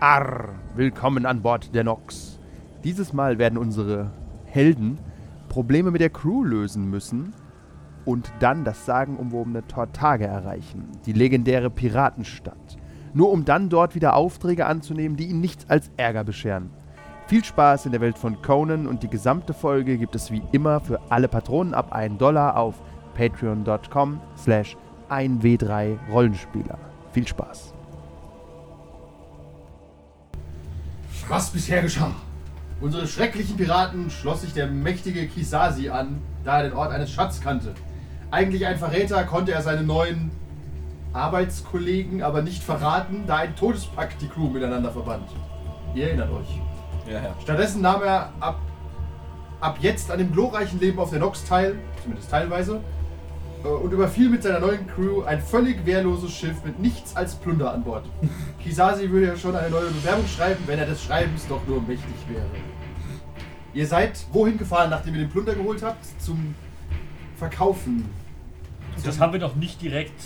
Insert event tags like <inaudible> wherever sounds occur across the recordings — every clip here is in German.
Arr, willkommen an Bord der Nox. Dieses Mal werden unsere Helden Probleme mit der Crew lösen müssen und dann das sagenumwobene Tortage erreichen, die legendäre Piratenstadt. Nur um dann dort wieder Aufträge anzunehmen, die ihnen nichts als Ärger bescheren. Viel Spaß in der Welt von Conan und die gesamte Folge gibt es wie immer für alle Patronen ab 1 Dollar auf patreon.com slash 1w3 Rollenspieler. Viel Spaß. Was bisher geschah? Unsere schrecklichen Piraten schloss sich der mächtige Kisasi an, da er den Ort eines Schatz kannte. Eigentlich ein Verräter konnte er seine neuen Arbeitskollegen aber nicht verraten, da ein Todespakt die Crew miteinander verband. Ihr erinnert euch. Ja, ja. Stattdessen nahm er ab, ab jetzt an dem glorreichen Leben auf der Nox teil, zumindest teilweise, äh, und überfiel mit seiner neuen Crew ein völlig wehrloses Schiff mit nichts als Plunder an Bord. Kisasi würde ja schon eine neue Bewerbung schreiben, wenn er des Schreibens doch nur mächtig wäre. Ihr seid wohin gefahren, nachdem ihr den Plunder geholt habt? Zum Verkaufen. Das haben wir noch nicht direkt.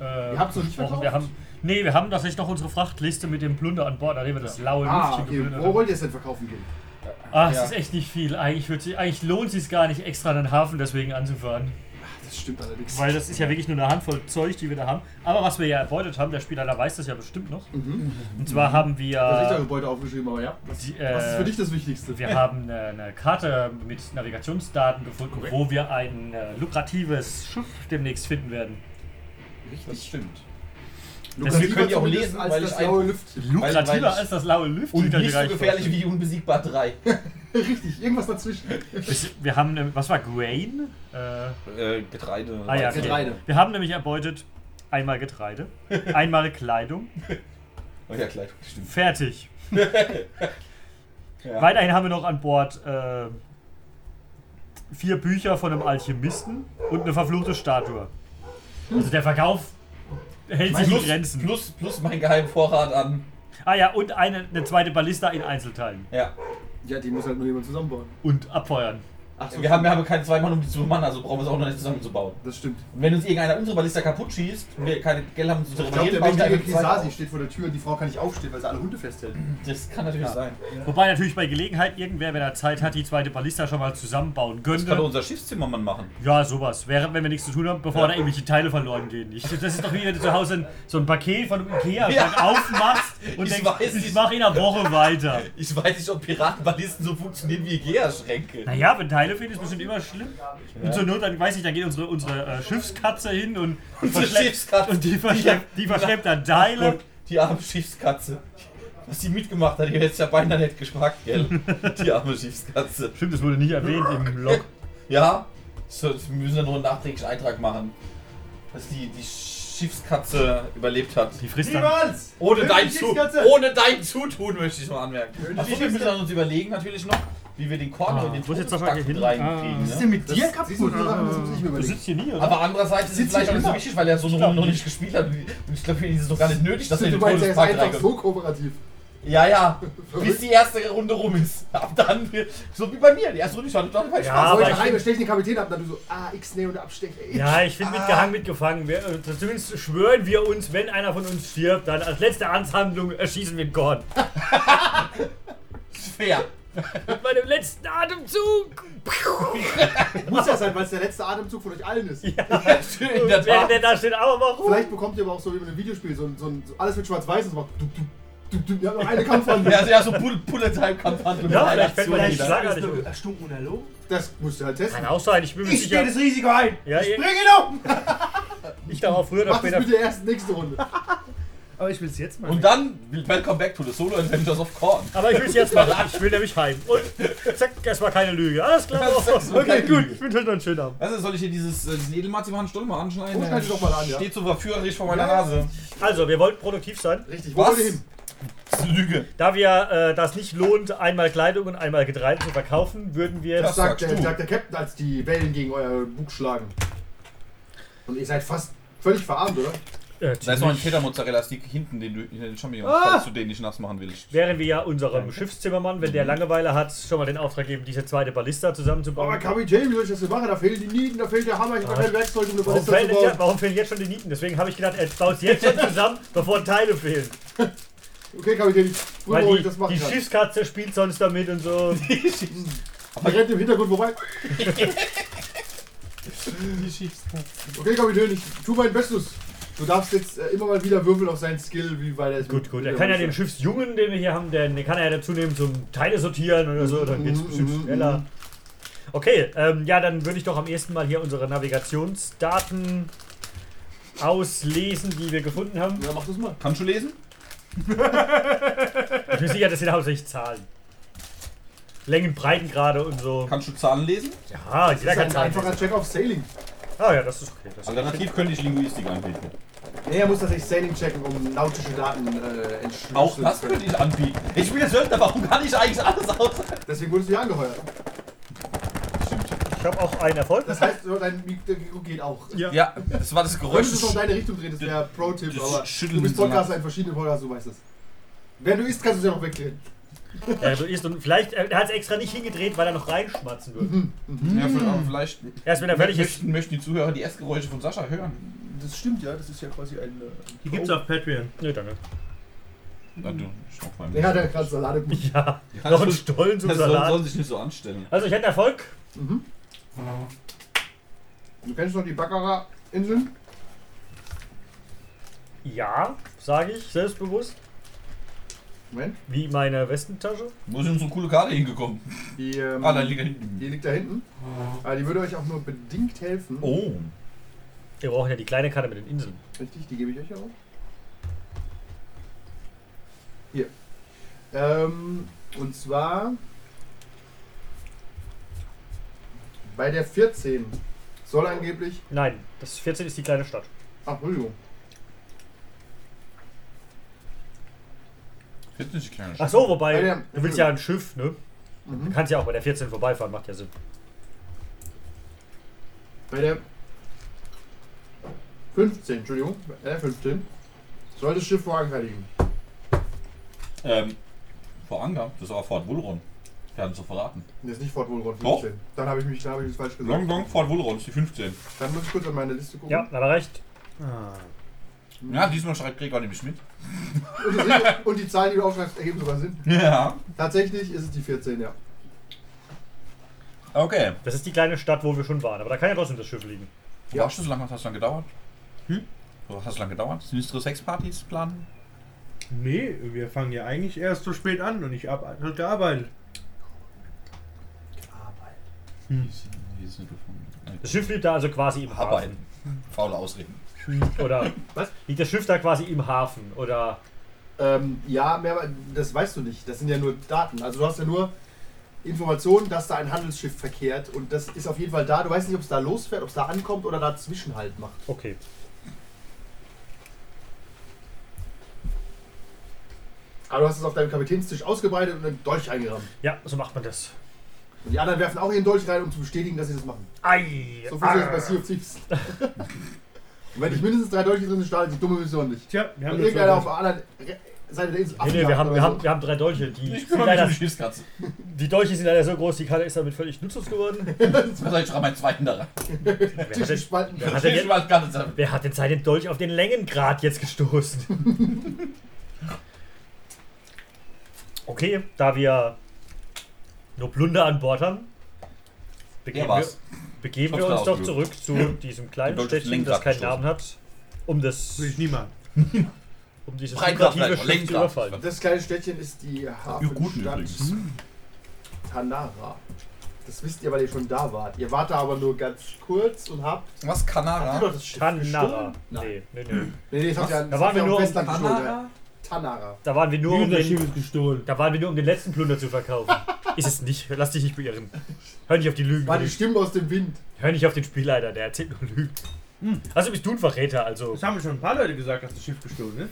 Äh, Ihr habt's noch nicht verkauft? besprochen. wir haben, Nee, wir haben tatsächlich noch unsere Frachtliste mit dem Plunder an Bord, nachdem wir das laue Ah, Lüftchen okay. ne? geplündert Wo haben. wollt ihr es denn verkaufen gehen? Ah, es Ja. ist echt nicht viel. Eigentlich, würd sie- eigentlich lohnt es sich gar nicht, extra einen Hafen deswegen anzufahren. Das stimmt allerdings. Weil das ist ja wirklich nur eine Handvoll Zeug, die wir da haben. Aber was wir ja erbeutet haben, der Spieler, da weiß das ja bestimmt noch. Und zwar haben Das Mhm. äh, ist da wir. Gebäude aufgeschrieben, aber ja. Was, Die, was ist für äh, dich das Wichtigste? Wir haben eine, eine Karte mit Navigationsdaten gefunden, Korrekt. wo wir ein äh, lukratives Schiff demnächst finden werden. Das stimmt. Deswegen Lukrativer könnt ihr auch zumindest lesen, als weil das ich ein- blaue Lüftchen. Weil- weil Lukrativer ich- als das laue Lüftchen. Und kann nicht ich so gleich gefährlich vorstellen. wie Unbesiegbar 3. Richtig, irgendwas dazwischen. Es- Wir haben, ne- was war Grain? Äh, ah, <laughs> äh, Getreide. ja, Weizen. okay. Getreide. Wir haben nämlich erbeutet <laughs> einmal Getreide, einmal Kleidung, Oh ja, Kleidung, stimmt. fertig. Ja. Weiterhin haben wir noch an Bord äh, vier Bücher von einem Alchemisten und eine verfluchte Statue. Also der Verkauf hält sich in Plus, Grenzen. plus, plus mein geheimen Vorrat an. Ah ja, und eine, eine zweite Ballista in Einzelteilen. Ja. Ja, die muss halt nur jemand zusammenbauen. Und abfeuern. Ach Wir haben, wir haben keinen zwei Mann, um die zu bemann, also brauchen wir es auch noch nicht zusammenzubauen. Das stimmt. Und wenn uns irgendeiner unsere Ballista kaputt schießt und wir keine Geld haben, um zu Ich glaube, reparieren, der bauen mächtige wir einfach zwei Kisasi auf. steht vor der Tür und die Frau kann nicht aufstehen, weil sie alle Hunde festhält. Das kann natürlich Ja. sein. Wobei natürlich bei Gelegenheit irgendwer, wenn er Zeit hat, die zweite Ballista schon mal zusammenbauen Das kann doch könnte. unser Schiffszimmermann machen. Ja, sowas. Während wenn wir nichts zu tun haben, bevor Ja. da irgendwelche Teile verloren gehen. Ich, das ist doch wie wenn du zu Hause ein, so ein Paket von einem Ikea <laughs> aufmachst und Ich denkst, weiß ich nicht. mache in einer Woche weiter. Ich weiß nicht, ob Piratenballisten so funktionieren wie Ikea-Schränke. Naja, wenn Teile fehlen, ist bestimmt immer schlimm. Und zur Not, dann weiß ich, dann geht unsere, unsere äh, Schiffskatze hin und, und, Unsere Schiffskatze. und die verschleppt, die verschleppt dann Teile. Und die arme Schiffskatze. Was die mitgemacht hat, die hätte es ja beinahe nicht geschmackt, gell? <laughs> Die arme Schiffskatze. Stimmt, das wurde nicht erwähnt im Log. Ja, so, wir müssen ja nur einen nachträglichen Eintrag machen, dass die, die Schiffskatze überlebt hat. Die frisst dann. Niemals! Ohne Wirklich, dein, Zu Schiffskatze? ohne dein Zutun, möchte ich mal anmerken. Achso, wir müssen Schiffskatze. dann uns überlegen natürlich noch, wie wir den Korn Ah, und den wo ist jetzt noch Todespakt mal hin? Ah. mit reinkriegen. Was ist ne? denn mit Das- dir kaputt? siehst du, Oder Sachen, das muss ich mir Du überlegen. sitzt hier nie, oder? Aber andererseits ist es Sitzt vielleicht auch hier nicht so immer? wichtig, weil er so eine glaub Runde noch nicht. nicht gespielt hat. Und ich glaube, für ihn ist es doch gar nicht nötig, dass er du den meinst, er ist Todespakt einfach reinkriegt. so kooperativ. Ja, <laughs> ja. Bis die erste Runde rum ist. Ab dann, so wie bei mir, die erste Runde schon total Ja, Spaß. aber Heute ich heim, wir stechen den Kapitän ab, dann du so, ah, X nehmen und abstechen. ey. Ja, ich Ah. finde mitgehangen, mitgefangen. Wir, äh, zumindest schwören wir uns, wenn einer von uns stirbt, dann als letzte Amtshandlung erschießen wir Gordon. fair. <laughs> Mit meinem letzten Atemzug. <laughs> Muss das sein, weil es der letzte Atemzug von euch allen ist. In der Wer, Tat. der da steht, aber warum? Vielleicht bekommt ihr aber auch so wie in einem Videospiel so, ein- so, ein- so alles mit schwarz-weiß und es macht. Du, du, du, du. Ihr habt noch eine Kampfhandlung. Ja, also ja, so Bull- Bullet-Time-Kampagne. Ja, Eine vielleicht Aktion fällt mir jeder. das- Schlagartig um. erstunken und erlogen. Das musst du halt testen. Kann auch sein, ich bin mir Ich sicher. stehe das Risiko ein. Ja, ich ihr- springe um. doch. <laughs> Ich darauf früher oder Mach das später. bitte erst nächste Runde. Aber ich will es jetzt mal. Und dann, welcome back to the Solo Adventures of Korn. Aber ich will es jetzt machen. Ich will nämlich heim. Und zack, das war keine Lüge. Alles klar. Das ist okay, keine gut. Lüge. Ich wünsche euch noch einen schönen Abend. Also soll ich hier dieses, äh, diesen Edelmatz im Handstuhl mal anschneiden? Oh, schneid ihn doch mal an, ja. Steht so verführerisch vor meiner Ja. Nase. Also, wir wollten produktiv sein. Richtig, wo Was? wollt ihr hin? Das ist eine Lüge. Da wir äh, das nicht lohnt, einmal Kleidung und einmal Getreide zu verkaufen, würden wir Das Das jetzt. sagt, sagst der, du. sagt der Captain, als die Wellen gegen euer Bug schlagen. Und ihr seid fast völlig verarmt, oder? Äh, Da ist noch ein Federmozzarella-Stick hinten, den du in den Champignons, Ah. falls du den nicht nass machen willst. wären wir ja unserem Schiffszimmermann, wenn der Langeweile hat, schon mal den Auftrag geben, diese zweite Ballista Aber zusammenzubauen. Kapitän, wie soll ich das denn machen? Da fehlen die Nieten, da fehlt der Hammer, ich habe Ah. kein Werkzeug, um eine Warum Ballista zu fehlen, jetzt, bauen. <laughs> warum fehlen jetzt schon die Nieten? Deswegen habe ich gedacht, er baut jetzt schon zusammen, bevor Teile fehlen. Okay, Kapitän, Weil ich die, das machen die kann. Schiffskatze spielt sonst damit und <laughs> so. Aber rennt im Hintergrund vorbei. Die Schiffskatze. Okay, Kapitän, ich tu mein Bestes. Du darfst jetzt äh, immer mal wieder würfeln auf seinen Skill, wie weit er ist. Gut, mit- gut. mit Er der kann ja Rüstung. den Schiffsjungen, den wir hier haben, den, den kann er ja dazu nehmen zum Teile sortieren oder so. Dann geht's Mhm, bestimmt mhm, schneller. mhm. Okay, ähm, ja, dann würde ich doch am ersten Mal hier unsere Navigationsdaten auslesen, die wir gefunden haben. Ja, mach das mal. Kannst du lesen? Ich bin sicher, das sind hauptsächlich Zahlen. Längen, Breitengrade und so. Kannst du Zahlen lesen? Ja, Das jeder kann ist ein Zahlen. lesen. einfacher Also- Check auf Sailing. Ah ja, das ist okay. Das Alternativ könnte ich Linguistik anbieten. Nee, er muss tatsächlich Sailing checken, um nautische Daten äh, entschlüsseln Auch zu das können. könnte ich anbieten. Ich bin der Söldner, warum kann ich eigentlich alles aus? Deswegen wurdest du ja angeheuert. ich habe auch einen Erfolg. Das heißt, so dein Mikro geht auch. Ja, das war das Du Geräusch. könntest es auch in deine Richtung drehen, das wäre Pro-Tipp, Das aber schütteln du bist so Podcaster nach. in verschiedenen Podcasts, du weißt es. Wenn du isst, kannst du es ja noch wegdrehen. Ja, Äh, so ist und vielleicht er hat es extra nicht hingedreht, weil er noch reinschmatzen würde. Ja, vielleicht. Erst wenn er fertig ist. möchten, möchten die Zuhörer die Essgeräusche von Sascha hören. Das stimmt ja, das ist ja quasi ein. äh, Die gibt's auf Patreon. Nö, danke. Na du, schnapp mal. Der hat ja gerade Salat im Mund. Ja, also- Ja, noch das einen soll- Stollen zum das soll, soll Salat. sich nicht so anstellen. Also ich hatte Erfolg. Mhm. Du kennst noch die Baccarat-Inseln? Ja, sage ich selbstbewusst. Moment. Wie meine Westentasche. Wo ist denn so eine coole Karte hingekommen? Die, ähm, Ah, da liegt er hinten. die liegt da hinten. Aber die würde euch auch nur bedingt helfen. Oh. Wir brauchen ja die kleine Karte mit den Inseln. Richtig, die gebe ich euch ja auch. Hier. Ähm, und zwar bei der 14 soll angeblich. Nein, das 14 ist die kleine Stadt. Ach, Entschuldigung. Jetzt nicht die kleine Ach so, wobei, Ah, ja. du willst ja ein Schiff, ne? Du Mhm. kannst ja auch bei der 14 vorbeifahren, macht ja Sinn. Bei der 15, Entschuldigung. Bei der 15 soll das Schiff vor Anker liegen. Ähm, vor Anker, das war Fort Wulron. Wir hatten es doch verraten. Das ist nicht Fort Wohlgrund Doch. 15. Dann habe ich mich, da habe ich es falsch gesagt. Long Long Fort Wulron ist die 15. Dann muss ich kurz an meine Liste gucken. Ja, aber recht. Ah. Ja, diesmal schreibt Gregor nämlich mit. <laughs> Und, die, und die Zahlen, die du aufschreibst, ergeben sogar Sinn. Ja. Tatsächlich ist es die 14, ja. Okay. Das ist die kleine Stadt, wo wir schon waren, aber da kann ja trotzdem das Schiff liegen. Ja. Warst du so lange? Was hat es lang gedauert? Hm? Was hat es lang gedauert? Sinistere Sexpartys planen? Nee, wir fangen ja eigentlich erst so spät an und ich habe gearbeitet. Hier ist nicht gefunden. Das Schiff liegt da also quasi im Äh, Arbeiten. Hafen. Faule Ausreden. Oder Was? liegt das Schiff da quasi im Hafen? Oder Ähm, ja, mehr, das weißt du nicht. Das sind ja nur Daten. Also du hast ja nur Informationen, dass da ein Handelsschiff verkehrt und das ist auf jeden Fall da. Du weißt nicht, ob es da losfährt, ob es da ankommt oder da Zwischenhalt macht. okay. Aber du hast es auf deinem Kapitänstisch ausgebreitet und einen Dolch eingerammt. Ja, so macht man das. Und die anderen werfen auch ihren Dolch rein, um zu bestätigen, dass sie das machen. Ei! So funktioniert arr. es bei Sea of <laughs> Thieves. und wenn ich mindestens drei Dolche drin sind, startet die dumme Mission nicht. Tja, wir Und haben irgendeiner auf so- der anderen Re- Seite der Insel Nee, nee, Affenjagd wir haben, wir, oder haben, so. wir haben drei Dolche. Die, Ich sind kümmere mich um leider, die Schiffskatze. die Dolche sind leider so groß, die Karte ist damit völlig nutzlos geworden. wer, Jetzt soll ich schon meinen zweiten da rein. hat Tisch denn, gespalten. wer, hat denn, Ich jetzt- mal Karte zusammen. wer hat denn seinen Dolch auf den Längengrad jetzt gestoßen? okay, da wir nur Plunder an Bord haben, Der begeben wir, war's. begeben Ich wir hab's uns da doch zurück zu diesem kleinen Dolch auf den Städtchen, Lenkrad das keinen gestoßen. Namen hat, um das, will ich niemand. um dieses Breitkraft, lukrative Lenkrad. Schiff zu überfallen. Das kleine Städtchen ist die Guten Hafenstadt Hm? übrigens. Tanara. Das wisst ihr, weil ihr schon da wart. Ihr wart da aber nur ganz kurz und habt. Was? Habt ihr doch Kanara? das Schiff Tanara. gestohlen? Nein. Nee, nee, nee. Nee, nee, das habt ihr das Da habt waren ihr wir am nur um Festland gestohlen, ja. Kanara? Tanara. Da waren wir nur um den ist gestohlen. Da waren wir nur, um den letzten Plunder <laughs> zu verkaufen. Ist es nicht. Lass dich nicht beirren. Hör nicht auf die Lügen. War die Stimme aus dem Wind. Hör nicht auf den Spielleiter, der erzählt nur Lügen. Hm. Also bist du ein Verräter, also Das haben schon ein paar Leute gesagt, dass das Schiff gestohlen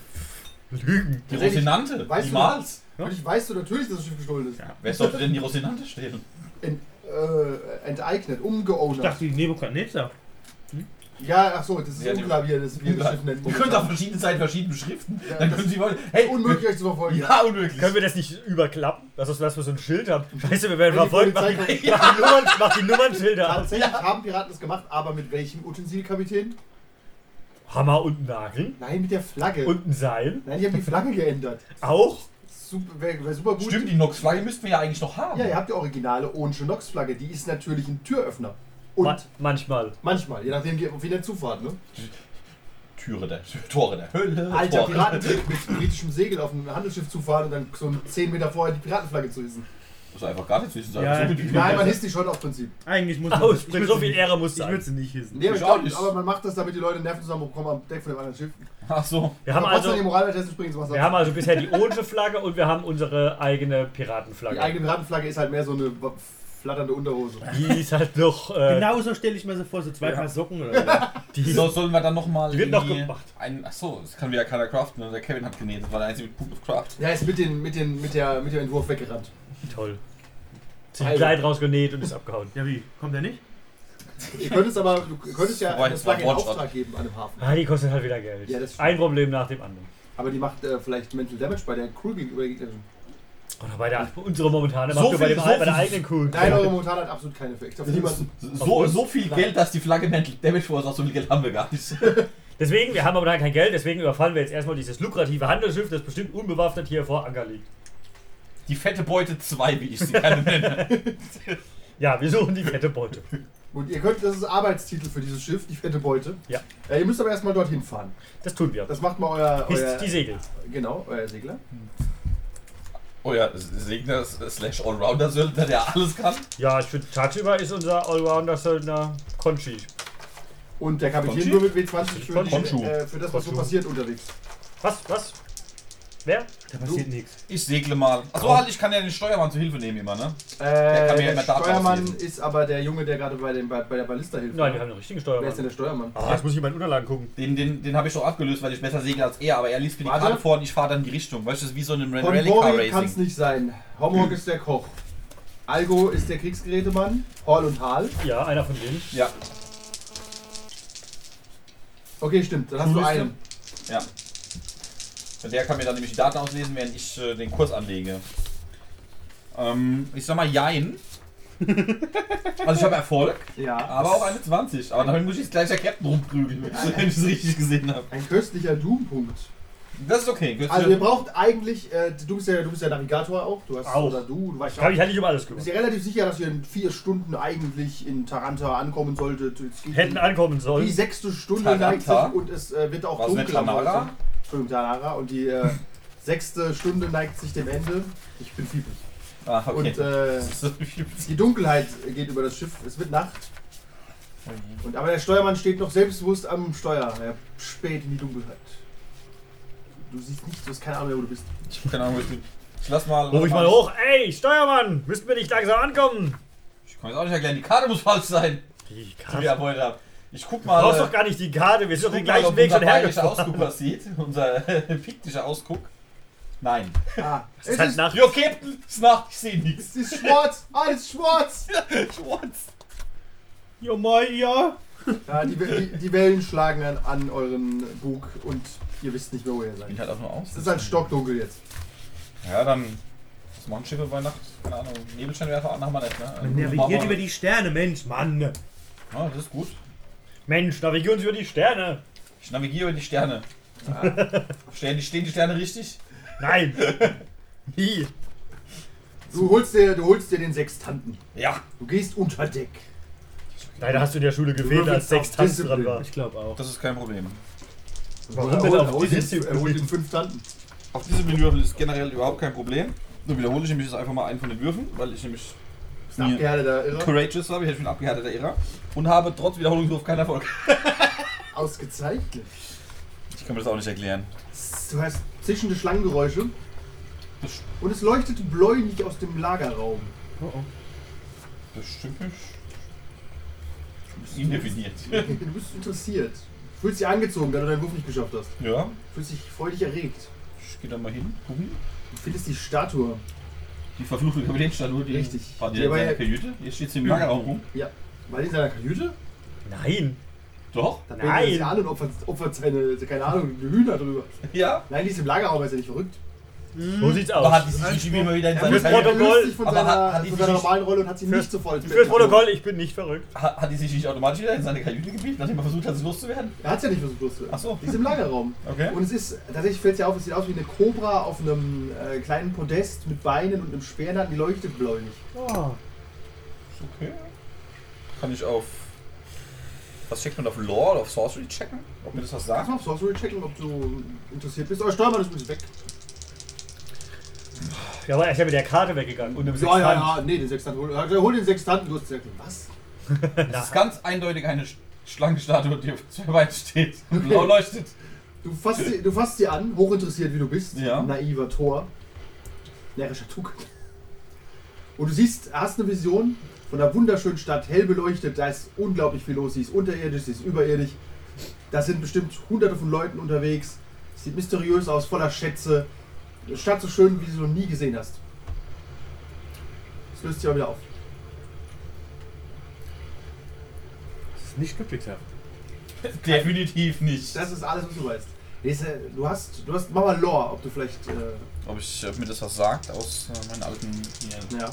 ist. Lügen. Die Rosinante. Weißt du- Niemals. Ja. Und ich weiß du natürlich, dass das Schiff gestohlen ist. Wer sollte denn die Rosinante stehlen? Ent, äh, enteignet, Ich umgeownert. dachte, die Nebukadnezar. Ja, ach so, das ist Ja, die- unklar, wie ihr das, wie ihr das Schiff nennt. Ihr könnt auf verschiedene Seiten verschiedene Beschriften. Ja, Dann das- können Sie wollen. Hey, Unmöglich euch zu verfolgen. Ja, unmöglich. Können wir das nicht überklappen? Lass uns, dass wir so ein Schild haben. Weißt du, wir werden Wenn die verfolgt. Mach, Polizei die- mach, die Nummern, <laughs> mach die Nummernschilder aus. Tatsächlich haben Piraten das gemacht, aber mit welchem Utensil, Kapitän? Hammer und Nagel Nein, mit der Flagge. und ein Seil. Nein, die haben die Flagge geändert. Auch? Super, wär, wär super gut. Stimmt, die Nox-Flagge müssten wir ja eigentlich noch haben. Ja, ihr habt die originale ohne Nox-Flagge. Die ist natürlich ein Türöffner. Und Ma manchmal. manchmal, je nachdem, wie- wie der Zufahrt, ne? Türe der, Tore der Hölle. Alter Tore. Piratentrick mit britischem Segel auf ein Handelsschiff zu fahren und dann so 10 Meter vorher die Piratenflagge zu hissen. Das ist einfach gar nichts. Das ist Ja, einfach so <laughs> mit- Nein, man hisst die schon auf Prinzip. <laughs> Eigentlich muss Aus, ich würd Oh, so sie viel nicht- Ehre muss Ich sein. würde sie nicht hissen. Nee, aber, ich Ja, glaub nicht, ist- aber man macht das, damit die Leute Nerven zusammenbekommen am Deck von dem anderen Schiff. Ach so. Wir haben, Aber trotzdem also, die Moralattest übrigens was wir haben also bisher die Orange Flagge und wir haben unsere eigene Die Piratenflagge. eigene Piratenflagge ist halt mehr so eine wa- flatternde Unterhose. Die ist halt noch. Äh, Genau. Genauso stelle ich mir so vor, so zwei Paar Socken oder <laughs> so. die, So, sollen wir dann nochmal. Die wird noch gemacht. Ein, achso, das kann wieder keiner craften. ne? Der Kevin hat genäht. Das war der einzige mit Punkt auf Craft. Der ist mit, den, mit, den, mit, der, mit dem Entwurf weggerannt. Toll. Sie Also- ein Kleid rausgenäht und ist <laughs> abgehauen. Ja, wie? Kommt er nicht? Ihr könnt es aber, du könntest ja <laughs> Wobei, eine das war Flagge in Wortstadt. Auftrag geben an dem Hafen. Ah, die kostet halt wieder Geld. Ja, das stimmt. Ein Problem nach dem anderen. Aber die macht äh, vielleicht Mental Damage bei der Crew gegenüber der gegnerischen. Oder bei der, unsere momentane So macht nur bei, viel- dem, so bei der viel- eigenen Kuh. Nein, also- eure Montana hat absolut keinen Effekt. Also Auf niemanden. So, so viel Geld, dass die Flagge Mental Damage verursacht. So viel Geld haben wir gar nicht. <laughs> Deswegen, wir haben aber da kein Geld, deswegen überfallen wir jetzt erstmal dieses lukrative Handelsschiff, das bestimmt unbewaffnet hier vor Anker liegt. Die fette Beute 2, wie ich sie gerne nenne. <laughs> Ja, wir suchen die fette Beute. Und ihr könnt, das ist Arbeitstitel für dieses Schiff, die fette Beute. Ja. Äh, ihr müsst aber erstmal dorthin fahren. Das tun wir. Das oh macht mal euer, euer Hisst die Segel. genau, euer Segler. Euer Oh Segner slash Allrounder-Söldner, der alles kann. Ja, ich finde, tagsüber ist unser Allrounder-Söldner äh, Conchi. Und der Kapitän Konchi? nur mit W20 für, Konchu. die, äh, für das, was so Konchu. passiert unterwegs. Was? Was? Wer? Da passiert nichts. Ich segle mal. Achso, halt, ich kann ja den Steuermann zu Hilfe nehmen immer, ne? Äh, kann mir ja der immer Daten Steuermann auslesen. ist aber der Junge, der gerade bei, dem- bei, bei der Ballista hilft. Nein, wir haben den richtigen Wer ist denn Steuermann. der Steuermann? Ah, jetzt muss ich in meinen Unterlagen gucken. Den, den, den habe ich doch abgelöst, weil ich besser segle als er, aber er liest mir die Warte. Karte vor und ich fahre dann die Richtung. Weißt du, das ist wie so in einem Von Rally Car Boring kann es Racing. nicht sein. <clears throat> Homhog ist der Koch. Algo ist der Kriegsgerätemann. Hall und Hal. Ja, einer von denen. Ja, Okay, stimmt. Dann hast du Cool ist einen. ja. Und Der kann mir dann nämlich die Daten auslesen, während ich äh, den Kurs anlege. Ähm, ich sag mal <laughs> Jein. Also ich habe Erfolg, Ja. aber auch eine 20. Aber damit muss ich jetzt gleich der Captain rumprügeln, <laughs> wenn ich es richtig gesehen habe. Ein köstlicher Doom-Punkt. Das ist okay. Götze. Also ihr braucht eigentlich, äh, du, bist ja, du bist ja Navigator auch, du hast Auch. oder du, du weißt Da habe ich du halt nicht um alles bist gemacht. ja relativ sicher, dass ihr in vier Stunden eigentlich in Taranta ankommen solltet. Es geht Hätten ankommen die, die sollen. sechste Stunde Taranta? neigt sich und es äh, wird auch War's nicht dunkel am Tanara? Horizont. Entschuldigung, Tanara. Und die äh, sechste Stunde neigt sich dem Ende. Ich bin fiebrig. ah, okay. Und <laughs> äh, die Dunkelheit geht über das Schiff. Es wird Nacht. Und aber der Steuermann steht noch selbstbewusst am Steuer. Er spät in die Dunkelheit. Du siehst nichts, du hast keine Ahnung, mehr, wo du bist. ich hab keine Ahnung, wo ich bin. Ich lass mal. Ruf ich mal hoch. Ey, Steuermann, müssten wir nicht langsam ankommen? Ich kann jetzt auch nicht erklären, die Karte muss falsch sein, Die die Karte. wir Du erbeutert haben. Ich guck mal. brauchst äh, doch gar nicht die Karte, wir sind Guck doch den mal, ob gleichen Weg unser schon bayerischer hergekommen. Ausguck was sieht. Unser <laughs> äh, piktischer Ausguck. Nein. Ah, es, Es ist halt ist, Nacht. Jo, Captain, ist Nacht, ich sehe nichts. es <laughs> ist schwarz, alles schwarz. Jo, moin, ja. Ja, die, die, die Wellen schlagen an, an euren Bug und ihr wisst nicht mehr, wo ihr seid. halt auch nur aus. Es ist halt stockdunkel jetzt. Ja, dann. Was machen Schiffe bei Nacht? Keine Ahnung. Nebelscheinwerfer an haben wir nicht, ne? Man Äh, machen wir- navigiert über die Sterne, Mensch, Mann. Ja, das ist gut. Mensch, navigier uns über die Sterne. Ich navigiere über die Sterne. <laughs> Stehen, die, stehen die Sterne richtig? Nein. Nie. Du holst dir, du holst dir den Sextanten. Ja. Du gehst unter Deck. Leider hast du in der Schule gefehlt, würfelst als sechs auf Tanzen dran Disziplin. war. Ich glaube auch. Das ist kein Problem. Warum Er denn holt- auf er holt Disziplin? den- Er holt den fünf Tanten. Auf diese Menüwürfel ist generell überhaupt kein Problem. Nur wiederhole ich nämlich jetzt einfach mal einen von den Würfen, weil ich nämlich Ist ein abgehärteter Irrer. Courageous habe, ich hätte schon abgehärteter Irrer. Und habe trotz Wiederholungswurf keinen Erfolg. Ausgezeichnet. Ich kann mir das auch nicht erklären. Du hörst zischende Schlangengeräusche. Und es leuchtete bläulich aus dem Lagerraum. Oh, oh. Das stimmt nicht. Das ist indefiniert. Du bist interessiert. Du fühlst dich angezogen, da du deinen Wurf nicht geschafft hast. ja, Du fühlst dich freudig erregt. ich gehe da mal hin, gucken. Du findest die Statue. Die verfluchte Kapitänstatue, die Richtig. War die Die in war seiner ja- Kajüte? Hier steht sie im Lagerraum rum. War die in seiner Kajüte? Nein. Doch? Dann werden Nein. sie alle und opfert, opfert seine, keine Ahnung, die Hühner drüber. Ja. Nein, die ist im Lagerraum, ist ja nicht verrückt. Hm. So sieht's Aber hat aus. die CCTV immer wieder in seine Fürs Fälle, Protokoll- löst sich von aber seiner, hat- hat die von seiner sich- normalen Rolle und hat sie nicht sofort. Fürs Protokoll, ich bin nicht verrückt. Ha- hat die sich nicht automatisch wieder in seine Kajüte gebiet, nachdem er versucht hat, es loszuwerden? Er hat ja nicht versucht loszuwerden. Ach so. Die ist im Lagerraum. Okay. Und es ist, tatsächlich fällt es ja auf, es sieht aus wie eine Kobra auf einem äh, kleinen Podest mit Beinen und einem Speer an, die leuchtet bläulich. Oh, Ist okay. Kann ich auf. Was checkt man auf Lore oder auf Sorcery checken? Ob mir das was Lass sagt? mal auf Sorcery checken, ob du interessiert bist. Oh, Steuermann ist übrigens weg. Ja, aber er ist ja mit der Karte weggegangen. Und im Ja, ja, Sechshand. ja, nee, den Sextanten. Hol, äh, hol den Sextanten, du hast gesagt, was? Das ist ganz eindeutig eine Sch- Schlangenstatue, die auf zwei Beinen steht und <laughs> blau leuchtet. Du fasst, sie, du fasst sie an, hochinteressiert wie du bist. Ja. Naiver Tor. Närrischer Tuck. Und du siehst, hast eine Vision von einer wunderschönen Stadt, hell beleuchtet, da ist unglaublich viel los. Sie ist unterirdisch, sie ist überirdisch. Da sind bestimmt hunderte von Leuten unterwegs. Sieht mysteriös aus, voller Schätze. Eine Stadt so schön, wie du sie noch nie gesehen hast. Das löst sich aber wieder auf. das ist nicht glücklichhaft. Definitiv nicht. Das ist alles, was du weißt. Lese, Du hast, du hast, mach mal Lore, ob du vielleicht, äh, Ob, ich, ob mir das was sagt aus äh, meinen alten hier, ja.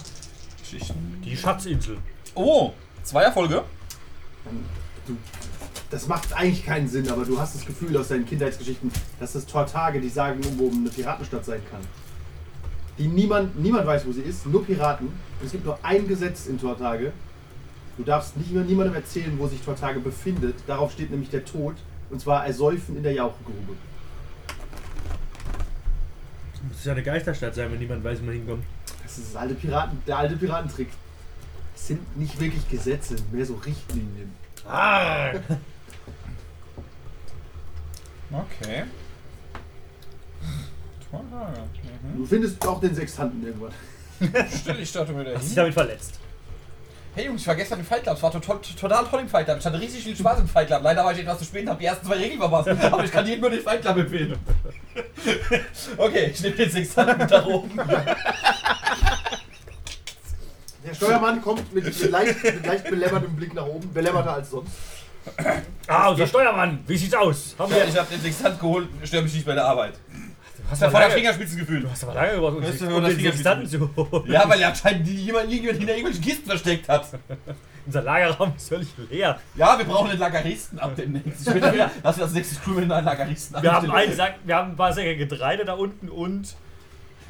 Geschichten. Die Schatzinsel. Oh, zwei Erfolge. Das macht eigentlich keinen Sinn, aber du hast das Gefühl aus deinen Kindheitsgeschichten, dass das Tortage die sagenumwobene eine Piratenstadt sein kann. Die niemand, niemand weiß, wo sie ist, nur Piraten. Und es gibt nur ein Gesetz in Tortage. Du darfst nicht mehr niemandem erzählen, wo sich Tortage befindet. Darauf steht nämlich der Tod, und zwar Ersäufen in der Jauchegrube. Das muss ja eine Geisterstadt sein, wenn niemand weiß, wo man hinkommt. Das ist das alte Piraten, der alte Piratentrick. Es sind nicht wirklich Gesetze, mehr so Richtlinien. Ah. Okay. Toll. Mhm. Du findest auch den Sechstanten irgendwann. Stell die Statue wieder Hast dich hin. damit verletzt. Hey Jungs, ich war gestern im Fight Club. Es war total, total toll im Fight Club. Ich hatte richtig viel Spaß im Fight Club. Leider war ich etwas zu spät und habe die ersten zwei Regeln verpasst. Aber ich kann jedem nur den Fight Club empfehlen. <laughs> Okay, ich nehme den Sechsanten da oben. Der Steuermann kommt mit, mit, leicht, mit leicht belämmertem Blick nach oben, belämmerter als sonst. Ah, unser Steuermann. Wie sieht's aus? Haben Ja, wir. ich habe den Sextant geholt, störe mich nicht bei der Arbeit. Das Hast war voller lange, Fingerspitzengefühl. hast aber lange gebraucht, um Hast du den- mir um das den Ding Sextanten zu holen. Ja, weil er anscheinend jemand irgendjemand hinter irgendwelchen Kisten versteckt hat. Unser Lagerraum ist völlig leer. Ja, wir brauchen einen Lageristen ab demnächst. Ich bitte wieder, dass wir das nächste Crew mit einen Lageristen Wir haben, anstellen. einen Sack, wir haben ein paar Säcke Getreide da unten und einen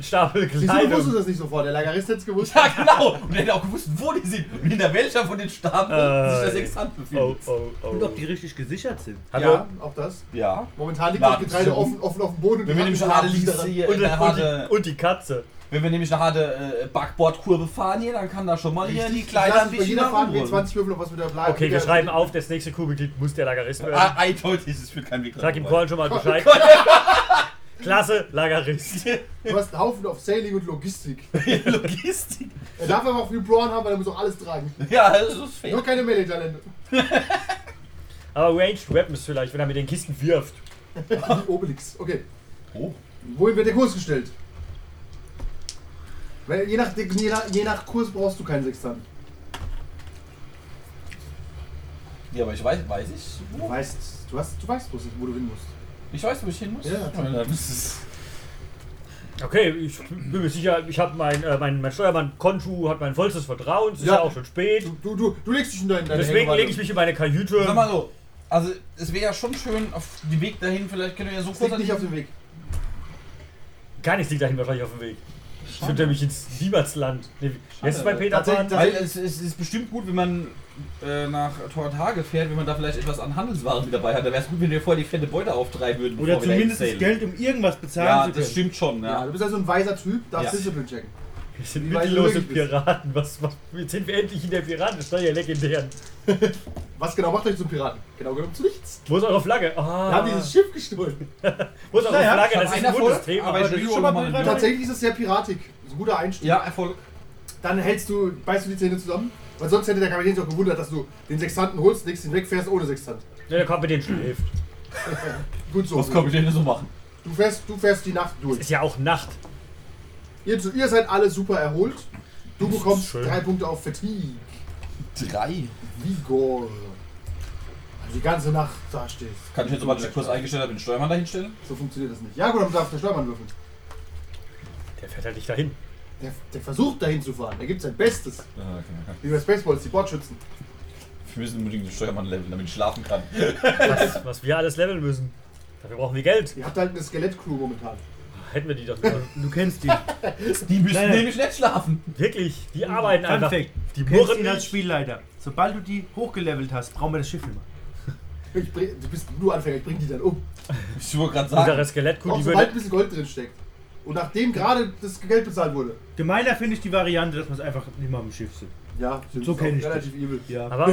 Stapel Wieso wusstest Kleidung. du das nicht sofort? Der Lagerist hätte es gewusst. <laughs> Ja, genau. Und er hätte auch gewusst, wo die sind und hinter welcher von den Staben Äh, sich das Sextant Oh, befindet. oh, oh. Und ob die richtig gesichert sind. Hallo? Ja, auch das. Ja. Momentan liegt Warte, das Getreide so. um- offen, offen auf dem Boden. und Wenn wir die nämlich eine Ratten harte sind Linie daran. hier, Und, eine das- und, die, harte, und die Katze. wenn wir nämlich eine harte äh, Backbordkurve fahren hier, dann kann da schon mal hier die Richtig. Kleider Lass ein bei bisschen jeder nach Fahrt oben wir rollen. 20 Würfel, auf was wir da bleiben. Okay, wir schreiben auf, das nächste Crewmitglied muss der Lagerist Ah, werden. Eindeutig ist es für keinen Weg Ich sag ihm vorbei. <laughs> vorhin schon mal Bescheid. <laughs> Klasse, Lagerist. Du hast einen Haufen auf Sailing und Logistik. Logistik. Er darf aber auch viel Brawn haben, weil er muss auch alles tragen. Ja, das ist fair. Nur keine Melee-Talente. Aber Ranged Weapons vielleicht, wenn er mit den Kisten wirft. Wie Obelix. Okay. Oh. Wohin wird der Kurs gestellt? Weil je, nach, je, nach, je nach Kurs brauchst du keinen Sextant. Ja, aber ich weiß, weiß ich, Du wo. weißt, du, hast, du weißt, wo es- wo du hin musst. Ich weiß, wo ich hin muss. Ja. dann ist es. Okay, ich bin mir sicher, ich habe mein, äh, mein, mein Steuermann Kontu hat mein vollstes Vertrauen. Es ist ja, Ja. auch schon spät. Du, du, du, du legst dich in deinen deine Deswegen Hängematte. lege ich mich in meine Kajüte. Sag mal so, also es wäre ja schon schön, auf den Weg dahin, vielleicht können wir ja so Es liegt kurz nicht auf dem Weg. Gar nichts liegt dahin wahrscheinlich auf dem Weg. Ich Schade. führt mich ins Niemandsland. Nee, Jetzt ist bei Peter Tatsächlich- Pan. Weil es, es ist bestimmt gut, wenn man äh, nach Tortage fährt, wenn man da vielleicht etwas an Handelswaren mit dabei hat. Da wäre es gut, wenn wir vorher die fette Beute auftreiben würden. Oder bevor wir zumindest da das hinzählen. Geld, um irgendwas bezahlen Ja, zu das können. stimmt schon. Ja, Ja. du bist also ein weiser Typ, darfst Ja. Discipline checken. Wir sind Wie weit mittellose du wirklich Piraten. Was, was, jetzt sind wir endlich in der Piratenstadt, ja legendär. Was genau macht euch zum Piraten? Genau genommen zu nichts. Wo ist eure Flagge? Wir Ah, haben dieses Schiff gestohlen. wo ist eure Naja, Flagge? ich hab Das ist einen ein gutes Erfolg, Thema. aber ich das will ist schon mal ein dran. Erfolg. Tatsächlich ist es sehr piratig. Das ist ein guter Einstieg. ja, Erfolg. Dann hältst du, beißt du die Zähne zusammen. Weil sonst hätte der Kapitän sich auch gewundert, dass du den Sextanten holst, legst ihn weg, fährst ohne Sextant. Ja, der kommt mit den Schläft. Gut so. Was kann ich denn so machen? Du fährst, du fährst die Nacht durch. Ist ja auch Nacht. Ihr, ihr seid alle super erholt. Du bekommst schön. drei Punkte auf Fatigue. Drei. Vigor. Also die ganze Nacht da stehst. Kann ich jetzt, sobald ich den Kurs eingestellt habe, den Steuermann dahinstellen? So funktioniert das nicht. Ja gut, dann darf der Steuermann würfeln. Der fährt halt nicht dahin. Der, der versucht dahin zu fahren. Der gibt sein Bestes. Ah, okay. Wie bei Spaceballs, die Bordschützen. Wir müssen unbedingt den Steuermann leveln, damit ich schlafen kann. Was, was wir alles leveln müssen. Dafür brauchen wir Geld. Ihr habt halt eine Skelettkrew momentan. Hätten wir die doch nur. Du kennst die. <laughs> Die müssen Nein, nein. nämlich nicht schlafen. Wirklich, die arbeiten Fun einfach. Fact. Die Du kennst murren ihn als nicht. Spielleiter. Sobald du die hochgelevelt hast, brauchen wir das Schiff immer. Ich bring, du bist nur Anfänger, ich bring die dann um. Ich wollte gerade sagen. Unsere Skelettkuh, Auch die sobald ein würde. bisschen Gold drin steckt. Und nachdem gerade das Geld bezahlt wurde. Gemeiner finde ich die Variante, dass wir es einfach nicht mal im Schiff sind. Ja, So ist kenn auch ich relativ evil. Ja. Aber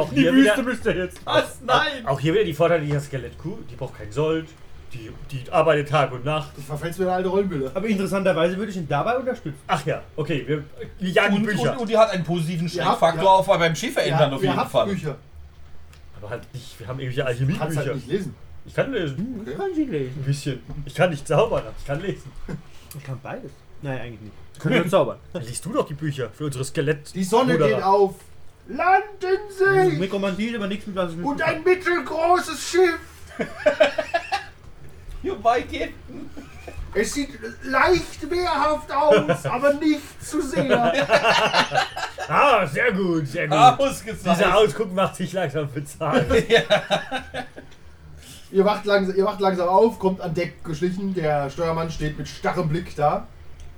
auch hier wieder. müsst ihr jetzt. Was? Nein! Auch hier wieder die Vorteile dieser Skelettkuh. Die braucht keinen Sold. Die, die arbeitet Tag und Nacht. Du verfällst mir in alte Rollenbilder. Aber interessanterweise würde ich ihn dabei unterstützen. Ach ja, okay, wir wir jagen und, Bücher. und, und die hat einen positiven Ja, ja. Schreckfaktor auf beim Schäfer ändern Ja, auf ihr jeden habt Fall. Bücher. Aber halt nicht, wir haben irgendwelche Kannst Alchemiebücher. halt nicht lesen. ich kann lesen, Okay. Kann sie lesen. ein bisschen. Ich kann nicht zaubern, aber ich kann lesen. Ich kann beides. Nein, eigentlich nicht. Können wir zaubern. <laughs> Dann liest du doch die Bücher für unsere Skelett. Die Sonne Ruderer. geht auf. Landen Sie! Also Mikromantie ist aber nichts mit was ich Und mit- ein mittelgroßes Schiff. Hier, bei geht. Es sieht leicht wehrhaft aus, aber nicht zu <laughs> sehr. Ah, sehr gut, sehr gut. Ah, Dieser Ausgezeichnet. Ausguck macht sich langsam bezahlt. <laughs> ihr, wacht langsam, ihr wacht langsam auf, kommt an Deck geschlichen. Der Steuermann steht mit starrem Blick da.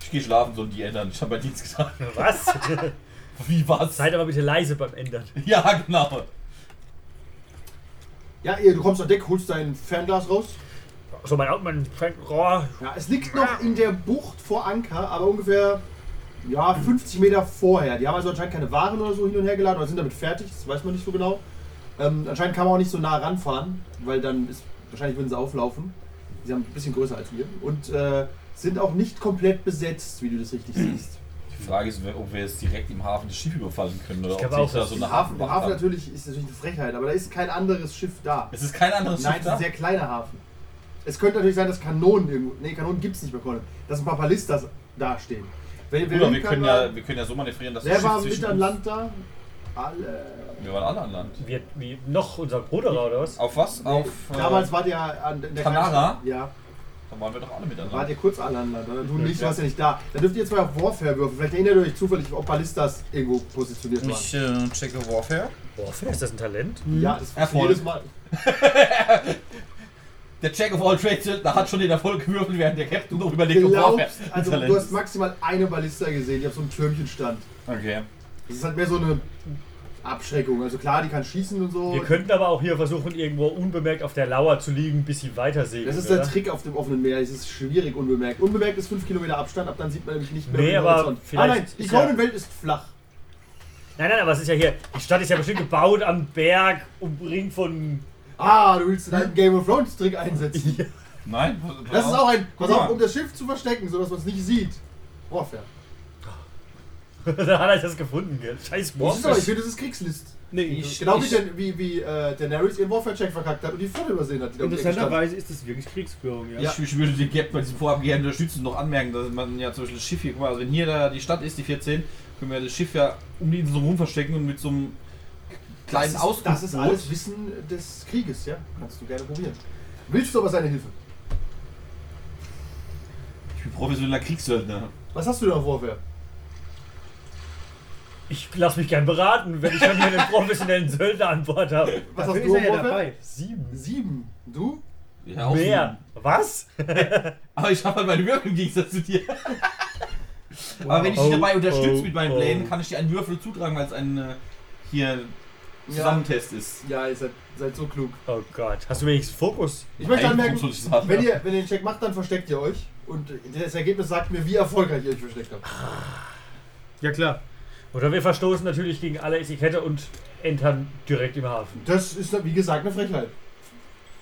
Ich geh schlafen, sollen die ändern. Ich hab bei Dienst gesagt. <laughs> Was? Wie was? Seid aber bitte leise beim Ändern. Ja, genau. Ja, ihr, du kommst an Deck, holst dein Fernglas raus. So, mein Auto, mein Rohr. Ja, es liegt noch in der Bucht vor Anker, aber ungefähr ja, 50 Meter vorher. Die haben also anscheinend keine Waren oder so hin und her geladen oder sind damit fertig, das weiß man nicht so genau. Ähm, anscheinend kann man auch nicht so nah ranfahren, weil dann ist wahrscheinlich würden sie auflaufen. Die sind ein bisschen größer als wir und äh, sind auch nicht komplett besetzt, wie du das richtig siehst. Die Frage ist, ob wir jetzt direkt im Hafen das Schiff überfallen können oder Ich ob sich glaube auch, da dass so Der eine Hafen, der Hafenwacht Hafen haben. natürlich ist natürlich eine Frechheit, aber da ist kein anderes Schiff da. Es ist kein anderes Nein, Schiff es ist da. ein sehr kleiner Hafen. Es könnte natürlich sein, dass Kanonen irgendwo. Nee, Kanonen gibt es nicht bei Conan. Dass ein paar Ballistas dastehen. Wenn, Bruder, wir können, ja, wir können ja so manövrieren, dass Wer das war Schiff mit zwischen an uns- Land da? Alle. Wir waren alle an Land. Wir, wie, noch unser Bruder oder was? Auf was? Auf. äh, Damals wart ihr an in der Kanara? kleinen Stadt. Ja, Da waren wir doch alle mit an wart Land. ihr kurz an Land. Oder? Du Ja, nicht, ja. warst ja nicht da. Dann dürft ihr jetzt mal auf Warfare würfen. Vielleicht erinnert ihr euch zufällig, ob Ballistas irgendwo positioniert waren. Ich äh, checke Warfare. Warfare, ist das ein Talent? Ja, das Erfolg. funktioniert jedes Mal. Der Check of all trades da hat schon den Erfolg gewürfelt, während der Captain noch überlegt, ob Warfare. Glaubst, also Talent du hast maximal eine Ballista gesehen, die auf so einem Türmchen stand. ist. Okay. Das ist halt mehr so eine Abschreckung. Also klar, die kann schießen und so. Wir könnten aber auch hier versuchen, irgendwo unbemerkt auf der Lauer zu liegen, bis sie weiter segeln. Das ist oder? der Trick auf dem offenen Meer. Es ist schwierig unbemerkt. Unbemerkt ist 5 Kilometer Abstand, ab dann sieht man nämlich nicht mehr. Nee, den aber Horizont. vielleicht ah nein, die ist ja- Konenwelt ist flach. Nein, nein, aber es ist ja hier. Die Stadt ist ja bestimmt gebaut am Berg, umringt von. <laughs> Ah, du willst einen alten Game of Thrones Trick einsetzen. Nein. pass- pass Das ist auf. auch ein, pass Guck auf, mal. um das Schiff zu verstecken, sodass man es nicht sieht. Warfare. da hat er das gefunden, gell? Scheiß Das ist aber, ich Warfare. finde, das ist Kriegslist. Nee, Ich- Genau wie, ich- Dan- wie, wie äh, Daenerys ihren Warfare-Check verkackt hat und die Pfanne übersehen hat. Die da um die Ecke stand. Interessanterweise ist das wirklich Kriegsführung, ja. Ich, ich würde den Gap bei diesem Vorhaben gerne unterstützen und noch anmerken, dass man ja zum Beispiel das Schiff hier, guck mal, also wenn hier da die Stadt ist, die 14, können wir das Schiff ja um die Insel rum verstecken und mit so einem Das kleinen ist, Ausguck. das ist alles Wissen des Krieges, ja. Kannst du gerne probieren. Willst du aber seine Hilfe? Ich bin professioneller Kriegssöldner. Was hast du denn auf Warfare? Ich lass mich gern beraten, wenn ich schon hier einen professionellen Söldner an Bord habe. Was Dafür hast du ist er auf ja dabei. Sieben. Sieben. Du? Ja, auch Mehr. Was? so. Aber ich habe halt meine Würfel im Gegensatz zu dir. Aber wenn ich dich dabei Oh, unterstütze oh, mit meinen oh. Plänen, kann ich dir einen Würfel zutragen, weil es ein äh, hier Zusammentest ist. Ja, ihr seid, seid so klug. Oh Gott. Hast du wenigstens Fokus? Ich möchte Nein, anmerken, warum soll ich das haben? wenn ihr, wenn ihr den Check macht, dann versteckt ihr euch. Und das Ergebnis sagt mir, wie erfolgreich ihr euch versteckt habt. Ja klar. Oder wir verstoßen natürlich gegen alle Etikette und entern direkt im Hafen. Das ist, wie gesagt, eine Frechheit.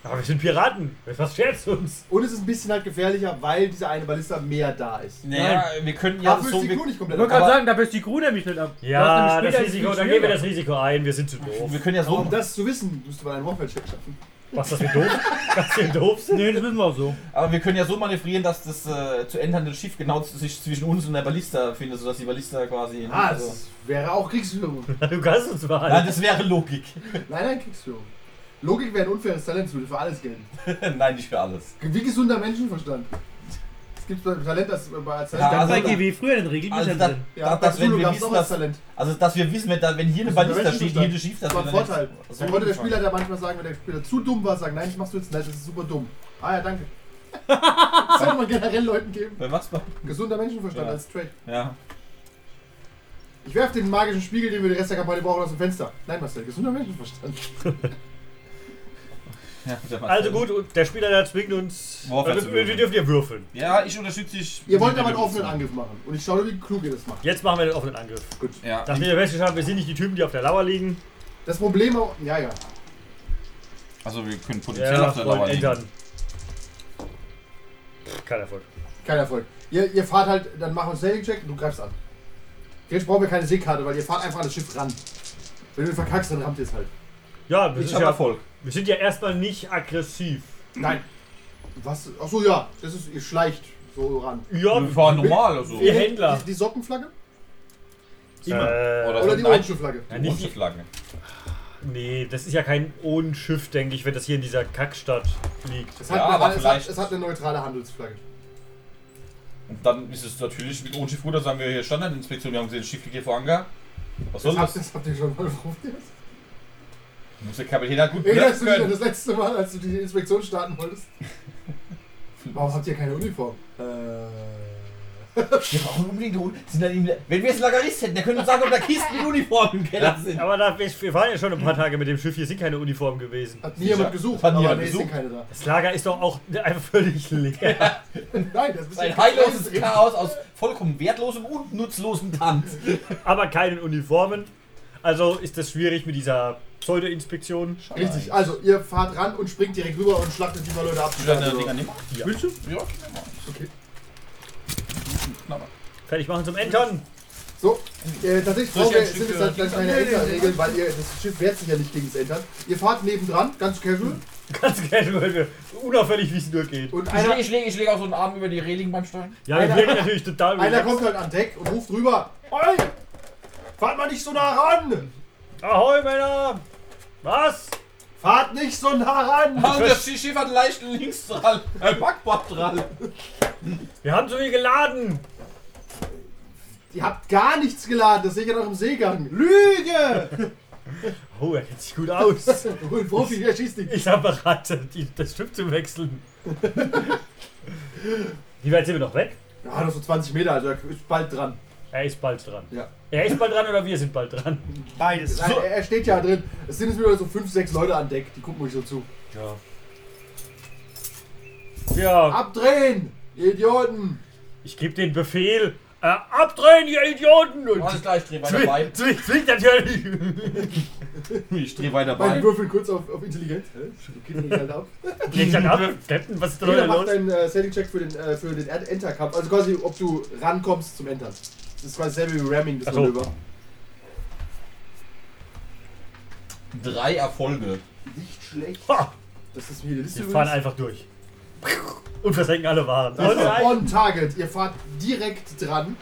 Aber wir sind Piraten. Was scherzt uns? Und es ist ein bisschen halt gefährlicher, weil dieser eine Ballista mehr da ist. Naja, wir können ja Dafür ist so. die Wir, Crew nicht Ich komplett wollte gerade aber sagen, da bist die Crew nämlich nicht ab. Ja, Du hast das nämlich später Risiko. Dann die gehen wir Spiele. das Risiko ein. Wir sind zu doof. wir können ja so. Um das zu wissen, müsste man einen Warfare-Check schaffen. Was, dass wir doof, <laughs> dass wir doof sind? Nee, das wissen wir auch so. Aber wir können ja so manövrieren, dass das äh, zu ändernde Schiff genau z- sich zwischen uns und der Ballista findet, sodass die Ballista quasi. Ah, also- das wäre auch <laughs> Kriegsführung. Du kannst uns mal. Nein, das wäre Logik. <laughs> nein, nein, Kriegsführung. Logik wäre ein unfaires Talent, es würde für alles gelten. Nein, nicht für alles. Wie gesunder Menschenverstand. Es gibt es ein Talent, das äh, bei als Ja, ja, Dann also- bei GW früher den Also, Regelbüchern da, drin. ja, da, dass, wenn Cthulhu wir gab's wissen, auch als dass, Talent. also, dass wir wissen, wenn, da, wenn hier eine Das ist ein Ballista steht, Menschenstand. hier eine Schiff, Das dass war ein wir Vorteil. dann- Da konnte der Spieler da manchmal sagen, wenn der Spieler zu dumm war, sagen, nein, das machst du jetzt nicht, das ist super dumm. Ah ja, danke. Das sollte man generell Leuten geben. Bei was? Gesunder Menschenverstand Ja. als Trade. Ja. Ich werfe den magischen Spiegel, den wir den Rest der Kampagne brauchen, aus dem Fenster. Nein, Marcel, gesunder Menschenverstand. ja der Marcel. Also gut, und der Spieler der zwingt uns. Warfare Also, zu wir, wir würfeln. dürfen ja würfeln. Ja, ich unterstütze dich. Ihr wollt aber einen offenen Angriff machen. Und ich schaue, wie klug ihr das macht. Jetzt machen wir den offenen Angriff. Gut. Ja. Nachdem wir festgestellt haben, wir sind nicht die Typen, die auf der Lauer liegen. Das Problem auch. Ja, ja. Also wir können potenziell Ja, auf der wollen Dauer liegen. ändern. Pff, Kein Erfolg. Kein Erfolg. Ihr, ihr fahrt halt, dann machen wir einen Sailing-Check und du greifst an. Jetzt brauchen wir keine Seekarte, weil ihr fahrt einfach an das Schiff ran. Wenn du ihn verkackst, dann rammt ihr es halt. Ja, das Ich ist habe ja Erfolg. wir sind ja erstmal nicht aggressiv. Nein. Was? Achso, ja. Das ist, ihr schleicht so ran. Ja, Wir fahren normal, also. Ihr Händler. Die, die Sockenflagge? Immer. Äh, Oder- Oder die Nein. orange Flagge? Ja, nicht- Die Flagge. nee, das ist ja kein Ohnenschiff, denke ich, wenn das hier in dieser Kackstadt liegt. Es hat, Ja, eine, aber es, hat, vielleicht- es hat eine neutrale Handelsflagge. Und dann ist es natürlich mit ohne Schiff gut, dann sagen wir hier Standardinspektion, wir haben gesehen, das Schiff liegt hier vor Anker. Was soll Das habt, das? das habt ihr schon mal probiert. <laughs> Muss der Kapitän halt gut Erinnerst du bluffen dich an können. das letzte Mal, als du die Inspektion starten <laughs> wolltest? Warum habt ihr keine Uniform? Äh. Wir brauchen unbedingt eine Un- sind dann eben- Wenn wir jetzt einen Lagerist hätten, der könnte uns sagen, ob da Kisten mit Uniformen im Keller sind. Aber da, wir wir waren ja schon ein paar Tage mit dem Schiff, hier sind keine Uniformen gewesen. Hat nie jemand Sicher. gesucht, Hat nie aber jemand nee, es sind gesucht. keine da. Das Lager ist doch auch einfach völlig leer. Nein, das ist Ein kein heilloses Problem. Chaos aus vollkommen wertlosem und nutzlosem Tanz. aber keine Uniformen. Also ist das schwierig mit dieser Pseudo-Inspektion. Richtig, also ihr fahrt ran und springt direkt rüber und schlachtet die paar Leute ab. Du dann deine Dinger nehmen? Ja. Willst du? Ja, ich nehme mal. Okay. Knapper. Fertig machen zum Entern. So, äh, tatsächlich Soll ich brauchen wir, ein Stück, sind es halt gleich meine Enterregeln, weil ihr, das Schiff wehrt sich ja nicht gegen das Entern. Ihr fahrt nebendran, ganz casual, Ganz gerne, weil wir unauffällig, wie es nur geht. und Ich einer, lege ich leg, ich leg auch so einen Arm über die Reling beim Steuern. Ja, wir wirken natürlich total einer relaxed. kommt halt an Deck und ruft rüber. Oi! Fahrt mal nicht so nah ran! Ahoi, Männer! Was? Fahrt nicht so nah ran! Ah, und das Schiff hat einen leichten Linksdrall. Ein Backborddrall. Wir haben zu viel geladen! Ihr habt gar nichts geladen, das seht ihr doch im Seegang. Lüge! Oh, er kennt sich gut aus. Und Profi, der schießt nicht. <laughs> Ich habe beraten, die- das Schiff zu <laughs> wechseln. Wie weit sind wir noch weg? Ja, noch so 20 Meter, also er ist bald dran. Er ist bald dran. Ja. Er ist bald dran oder wir sind bald dran? <laughs> Beides. Nein, er er steht ja drin. Es sind jetzt wieder so 5, 6 Leute an Deck, die gucken euch so zu. Ja. Ja, Abdrehen! Ihr Idioten! ich gebe den Befehl. Äh, abdrehen, ihr Idioten! Alles Und klar, ich drehe weiter bei. zwingt zwing, zwing natürlich. <laughs> Ich drehe weiter Meine bei. Würfel kurz auf, auf Intelligenz. Hä? Okay, nicht halt ab. Geht dann ab. Captain, was ist da Jeder heute macht los? einen äh, Setting-Check für den, äh, für den Ent- Enterkampf. Also quasi, ob du rankommst zum Entern. Das ist quasi dasselbe wie Ramming, das Ach so. Manöver. Drei Erfolge. Nicht schlecht. Ha, Das ist mir die Liste wir fahren übrigens. einfach durch. Und versenken alle Waren. Das Oh ist nein. on target. Ihr fahrt direkt dran.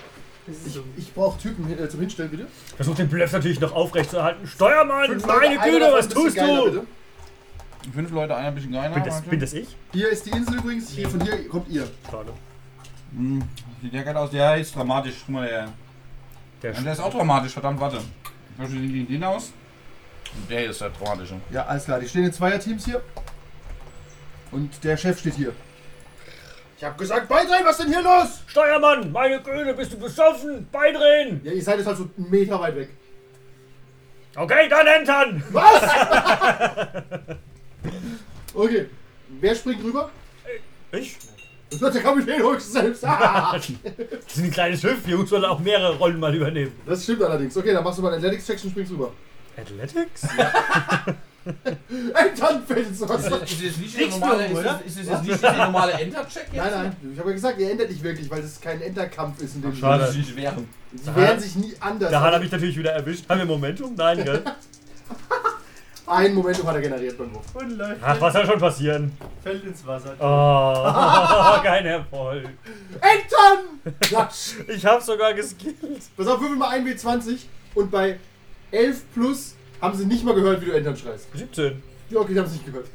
Ich, ich brauche Typen hin- äh, zum Hinstellen, bitte. Versuch den Bluff natürlich noch aufrechtzuerhalten. Steuermann, Fünf Leute, meine einer Güte, davon was ein bisschen tust geiler, du? bitte. Fünf Leute, einer ein bisschen kleiner. Bin das, bin das ich? Hier ist die Insel übrigens. Hier, von hier kommt ihr. Schade. Hm, Sieht der geil aus. Der ist dramatisch. Guck mal, der. Der Ja, der ist auch dramatisch, verdammt, warte. Ich möchte den, den aus. Und der hier ist halt der dramatische. Ja, alles klar. Die stehen in Zweierteams hier. Und der Chef steht hier. Ich hab gesagt, beidrehen, was ist denn hier los? Steuermann, meine Güte, bist du besoffen? Beidrehen! Ja, ihr seid jetzt halt so einen Meter weit weg. Okay, dann entern! Was? okay. Wer springt rüber? Ich? Das wird der Kapitän höchstens selbst. <laughs> Ah! Das ist ein kleines Schiff, hier muss man auch mehrere Rollen mal übernehmen. Das stimmt allerdings. Okay, dann machst du mal einen Athletics-Check und springst rüber. Athletics? <laughs> Entern fällt ins Wasser. Ist das nicht der normale- ist das- ist das nicht der normale Enter-Check jetzt? Nein, nein. Ich habe ja gesagt, ihr ändert nicht wirklich, weil es kein Enterkampf ist in dem schade. Das ist nicht wären. Sinne. Die werden sich nie anders. Da hat er mich natürlich wieder erwischt. Haben wir Momentum? Nein, gell? Einen Moment hat er generiert beim Wurf. Und läuft. Ach, was soll schon passieren? Fällt ins Wasser. <laughs> Oh, kein Erfolg. Entern! Klatsch! Ich hab sogar geskillt. Pass auf, würfel mal 1W20 und bei 11 plus haben sie nicht mal gehört, wie du Entern schreist. 17. Ja, okay, ich habe es nicht gehört.